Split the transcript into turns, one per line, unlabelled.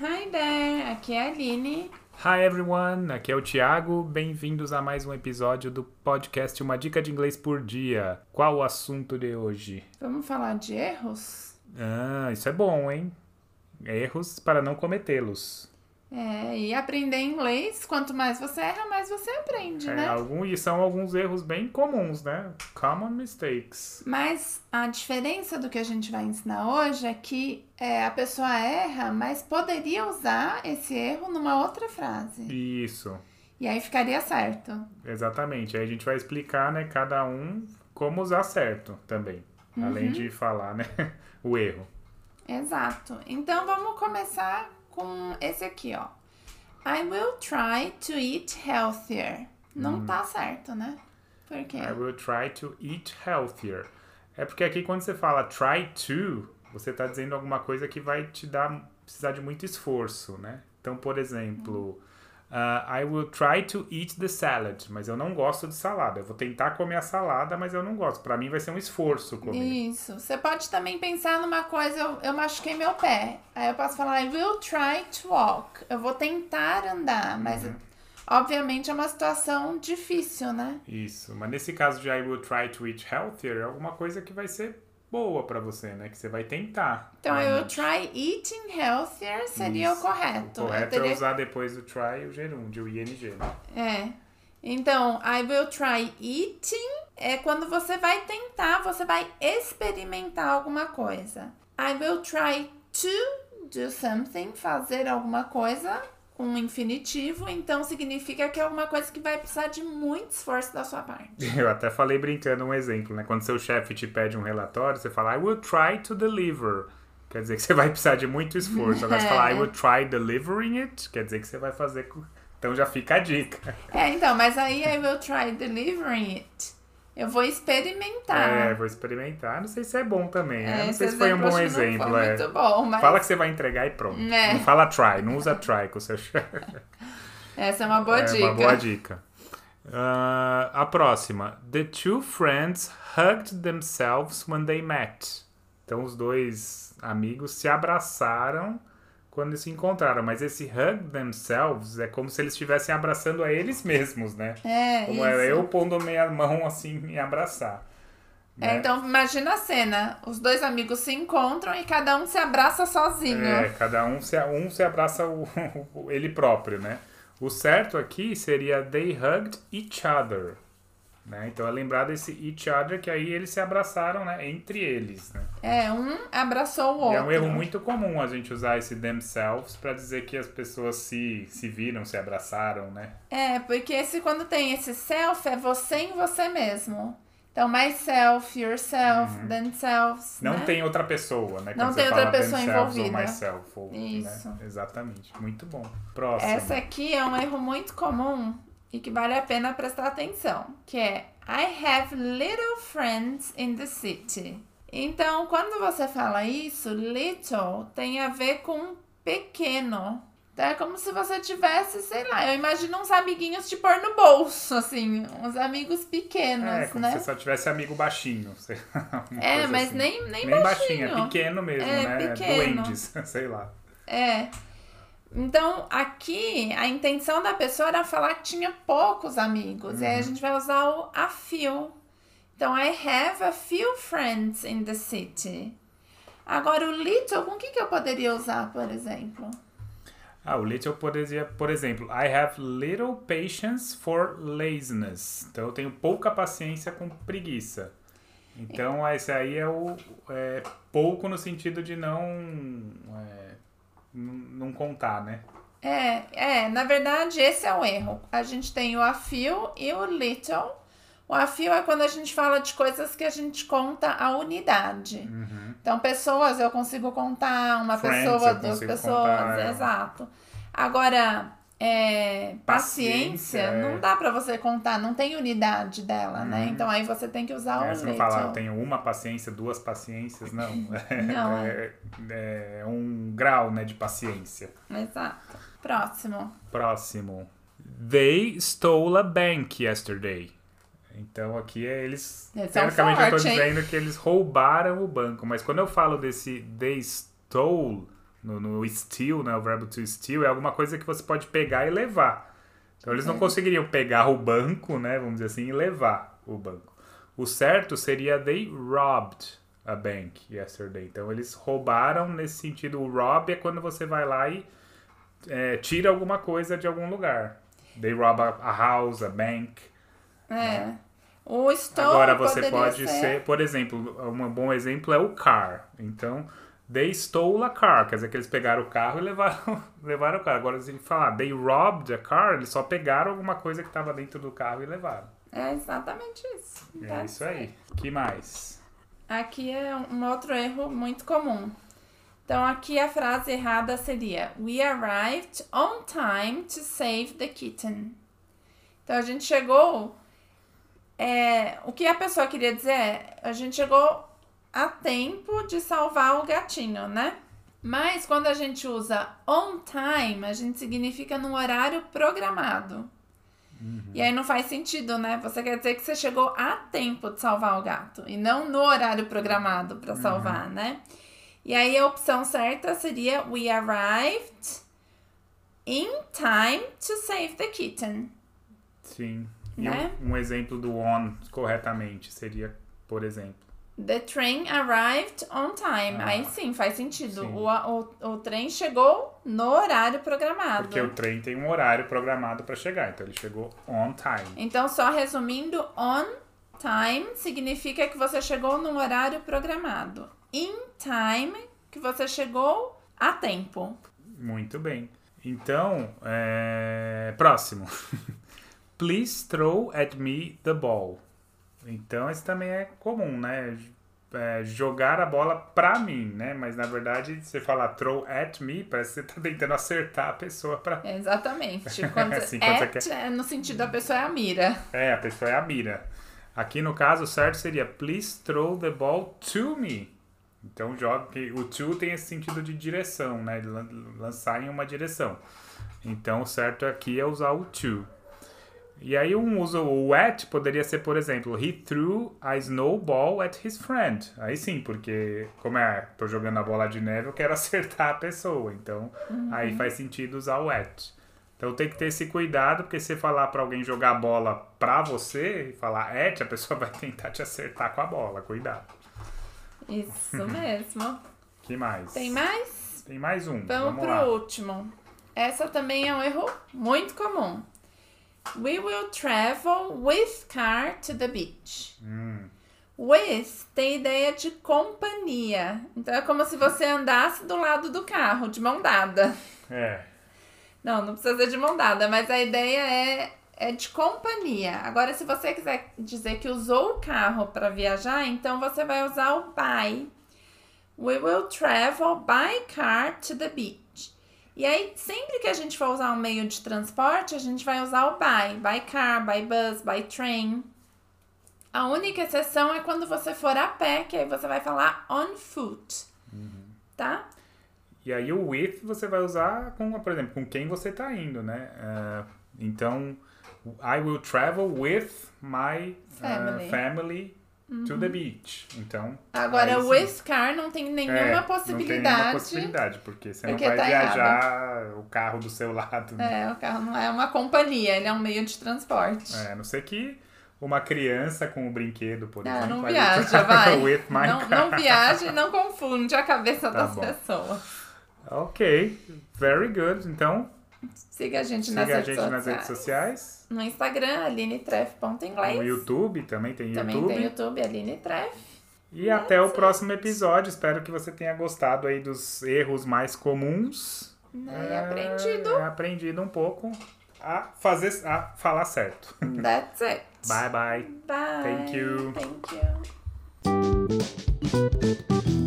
Hi there, aqui é a Aline.
Hi everyone, aqui é o Thiago. Bem-vindos a mais um episódio do podcast Uma Dica de Inglês por Dia. Qual o assunto de hoje?
Vamos falar de erros?
Ah, isso é bom, hein? Erros para não cometê-los.
É, e aprender inglês, quanto mais você erra, mais você aprende,
É,
né?
algum, e são alguns erros bem comuns, né? Common mistakes.
Mas a diferença do que a gente vai ensinar hoje é que é, a pessoa erra, mas poderia usar esse erro numa outra frase.
Isso,
E aí ficaria certo.
exatamente. Aí a gente vai explicar, né, cada um como usar certo também. Além de falar, né, o erro.
Exato. Então vamos começar com esse aqui, ó. I will try to eat healthier. Não tá certo, né? Por quê?
Hum. I will try to eat healthier. É porque aqui quando você fala try to, você tá dizendo alguma coisa que vai te dar precisar de muito esforço, né? Então, por
Uhum.
exemplo, ah, I will try to eat the salad, mas eu não gosto de salada. Eu vou tentar comer a salada, mas eu não gosto. Pra mim vai ser um esforço comer.
Isso. Você pode também pensar numa coisa, eu, eu machuquei meu pé. Aí eu posso falar, I will try to walk. Eu vou tentar andar, mas
Uhum.
obviamente é uma situação difícil, né?
Isso. Mas nesse caso de I will try to eat healthier, é alguma coisa que vai ser boa pra você, né? Que você vai tentar.
Então, I will
realmente.
try eating healthier seria
Uhum.
o
Isso.
correto.
O
eu
correto
teria
é usar depois do try o gerúndio, o ing, né?
É. Então, I will try eating é quando você vai tentar, você vai experimentar alguma coisa. I will try to do something, fazer alguma coisa com um infinitivo, então significa que é alguma coisa que vai precisar de muito esforço da sua parte.
Eu até falei brincando um exemplo, né? Quando seu chefe te pede um relatório, você fala I will try to deliver. Quer dizer que você vai precisar de muito esforço. Agora você
É.
fala I will try delivering it, quer dizer que você vai fazer com... Então já fica a dica.
É, então, mas aí I will try delivering it. Eu vou experimentar.
É, vou experimentar. Não sei se é bom também. né?
Tá. É,
não
esse
sei se foi um bom
acho que não
exemplo.
foi
é.
muito bom, mas
Fala que você vai entregar e pronto.
então. É.
Não fala try, não usa try com o seu chefe.
essa é uma boa
é
dica.
uma boa dica. Ah, a próxima. The two friends hugged themselves when they met. Então, os dois amigos se abraçaram quando se encontraram. Mas esse hug themselves é como se eles estivessem abraçando a eles mesmos, né?
É,
Como
isso.
é eu pondo minha mão assim me abraçar.
É,
né?
então imagina a cena. Os dois amigos se encontram e cada um se abraça sozinho.
É, cada um se, um se abraça o, o- ele próprio, né? O certo aqui seria they hugged each other. Né? Então é lembrar desse each other que aí eles se abraçaram né? entre eles. Né?
É, um abraçou o
E
outro.
é um erro muito comum a gente usar esse themselves pra dizer que as pessoas se, se viram, se abraçaram, né?
É, porque esse quando tem esse self é você em você mesmo. Então, myself, yourself, themselves.
Uhum. Não
né?
tem outra pessoa, né?
Não
Quando
tem
você
outra
fala
pessoa
themselves
envolvida.
Ou myself, ou, né?
Isso.
Exatamente. Muito bom. Próximo.
Essa aqui é um erro muito comum e que vale a pena prestar atenção, que é I have little friends in the city. Então, quando você fala isso, little tem a ver com pequeno. Então, é como se você tivesse, sei lá, eu imagino uns amiguinhos te pôr no bolso, assim, uns amigos pequenos,
É, como se
né?
você só tivesse amigo baixinho. sei lá, uma
É,
coisa
mas
assim.
nem, nem,
Nem
baixinho.
baixinho, é pequeno mesmo,
É,
né?
pequeno.
Duendes, sei lá.
É. Então, aqui, a intenção da pessoa era falar que tinha poucos amigos. E aí a gente vai usar o a few. Então, I have a few friends in the city. Agora, o little, com o que, que eu poderia usar, por exemplo?
Ah, o little poderia, por exemplo, I have little patience for laziness. Então eu tenho pouca paciência com preguiça. Então esse aí é o é, pouco no sentido de não é, n- não contar, né?
É, é, na verdade, esse é o erro. A gente tem o a few e o little. O a few é quando a gente fala de coisas que a gente conta a unidade.
Uhum.
Então, pessoas eu consigo contar, uma
Friends,
pessoa,
eu
duas
consigo
pessoas,
contar, é.
exato. Agora, é, paciência,
Paciência, é.
não dá pra você contar, não tem unidade dela, né?
Uhum.
Então aí você tem que usar
É,
o
você não
little.
fala, eu tenho uma paciência, duas paciências, não.
Não,
é, é um grau, né, de paciência.
Exato. Próximo.
Próximo. They stole a bank yesterday. Então aqui é eles.
Eles são
teoricamente eu tô
forte, hein?
dizendo que eles roubaram o banco. Mas quando eu falo desse they toll, no, no steal, né? O verbo to steal é alguma coisa que você pode pegar e levar. Então eles
É.
não conseguiriam pegar o banco, né? Vamos dizer assim, e levar o banco. O certo seria they robbed a bank yesterday. Então eles roubaram nesse sentido. O rob é quando você vai lá e é, tira alguma coisa de algum lugar. They rob a, a house, a bank.
É. O stone
Agora você
poderia
pode ser... por exemplo, um bom exemplo é o car. Então, they stole a car, quer dizer que eles pegaram o carro e levaram, levaram o carro. Agora, se falar they robbed a car, eles só pegaram alguma coisa que estava dentro do carro e levaram.
É exatamente isso.
É
Tá
isso aí. que mais?
Aqui é um outro erro muito comum. Então, aqui a frase errada seria: We arrived on time to save the kitten. Então, a gente chegou. é, o que a pessoa queria dizer é: A gente chegou a tempo de salvar o gatinho, né? Mas quando a gente usa on time, a gente significa num horário programado. E aí não faz sentido, né? Você quer dizer que você chegou a tempo de salvar o gato e não no horário programado para
Uhum.
salvar, né? E aí a opção certa seria we arrived in time to save the kitten.
Sim. E
Né?
um, um exemplo do on corretamente seria, por exemplo.
The train arrived on time.
Ah.
aí sim, faz sentido.
Sim.
O, o, o trem chegou no horário programado.
Porque o trem tem um horário programado para chegar, então ele chegou on time.
Então, só resumindo, on time significa que você chegou num horário programado. In time, que você chegou a tempo.
Muito bem. Então, é... próximo. Please throw at me the ball. Então, esse também é comum, né? É, jogar a bola pra mim, né? Mas na verdade, você fala throw at me, parece que você tá tentando acertar a pessoa pra.
Exatamente. Quando você-
Assim, quando você
at
quer.
é no sentido da pessoa é a mira.
É, a pessoa é a mira. Aqui no caso, o certo seria please throw the ball to me. Então joga que o to tem esse sentido de direção, né? De lan- lançar em uma direção. Então o certo aqui é usar o to. E aí um uso o at poderia ser, por exemplo, he threw a snowball at his friend. Aí sim, porque como é, tô jogando a bola de neve, eu quero acertar a pessoa. Então, aí faz sentido usar o at. Então tem que ter esse cuidado, porque se falar pra alguém jogar a bola pra você e falar at, a pessoa vai tentar te acertar com a bola. Cuidado.
Isso mesmo.
Que mais?
Tem mais?
Tem mais um.
Vamos,
Vamos
Então, pro
lá.
último. Essa também é um erro muito comum. We will travel with car to the beach.
Hum,
With tem ideia de companhia. Então é como se você andasse do lado do carro, de mão dada.
é.
Não, não precisa ser de mão dada, mas a ideia é, é de companhia. Agora, se você quiser dizer que usou o carro para viajar, então você vai usar o by. We will travel by car to the beach. E aí, sempre que a gente for usar um meio de transporte, a gente vai usar o by. By car, by bus, by train. A única exceção é quando você for a pé, que aí você vai falar on foot. Tá?
E aí o with você vai usar com, por exemplo, com quem você tá indo, né? Ah, então, I will travel with my ah,
Family.
family to the beach. Então,
Agora,
aí
o
sim.
with car não tem nenhuma
É, Não tem nenhuma
possibilidade.
possibilidade, porque você
Porque
não
tá
vai
errado.
viajar o carro do seu lado, né?
É, o carro não é uma companhia, ele é um meio de transporte.
É, a não ser que uma criança com um brinquedo, por
Ah,
exemplo.
não
aí
viaja,
eu
vai.
With my
Não,
car.
não viaja e não confunde a cabeça
Tá
das
bom.
pessoas.
Ok, very good. Então,
Siga a gente,
siga
nas,
a
redes
gente
sociais.
nas redes sociais.
No Instagram,
No
alinetref.inglês.
YouTube, também tem
Também
YouTube.
tem YouTube, alinetref.
E até o próximo episódio. Espero que você tenha gostado aí dos erros mais comuns.
Né? E
É,
aprendido.
aprendido um pouco a fazer, a falar certo.
That's it.
Bye, bye.
Bye.
Thank you.
Thank you.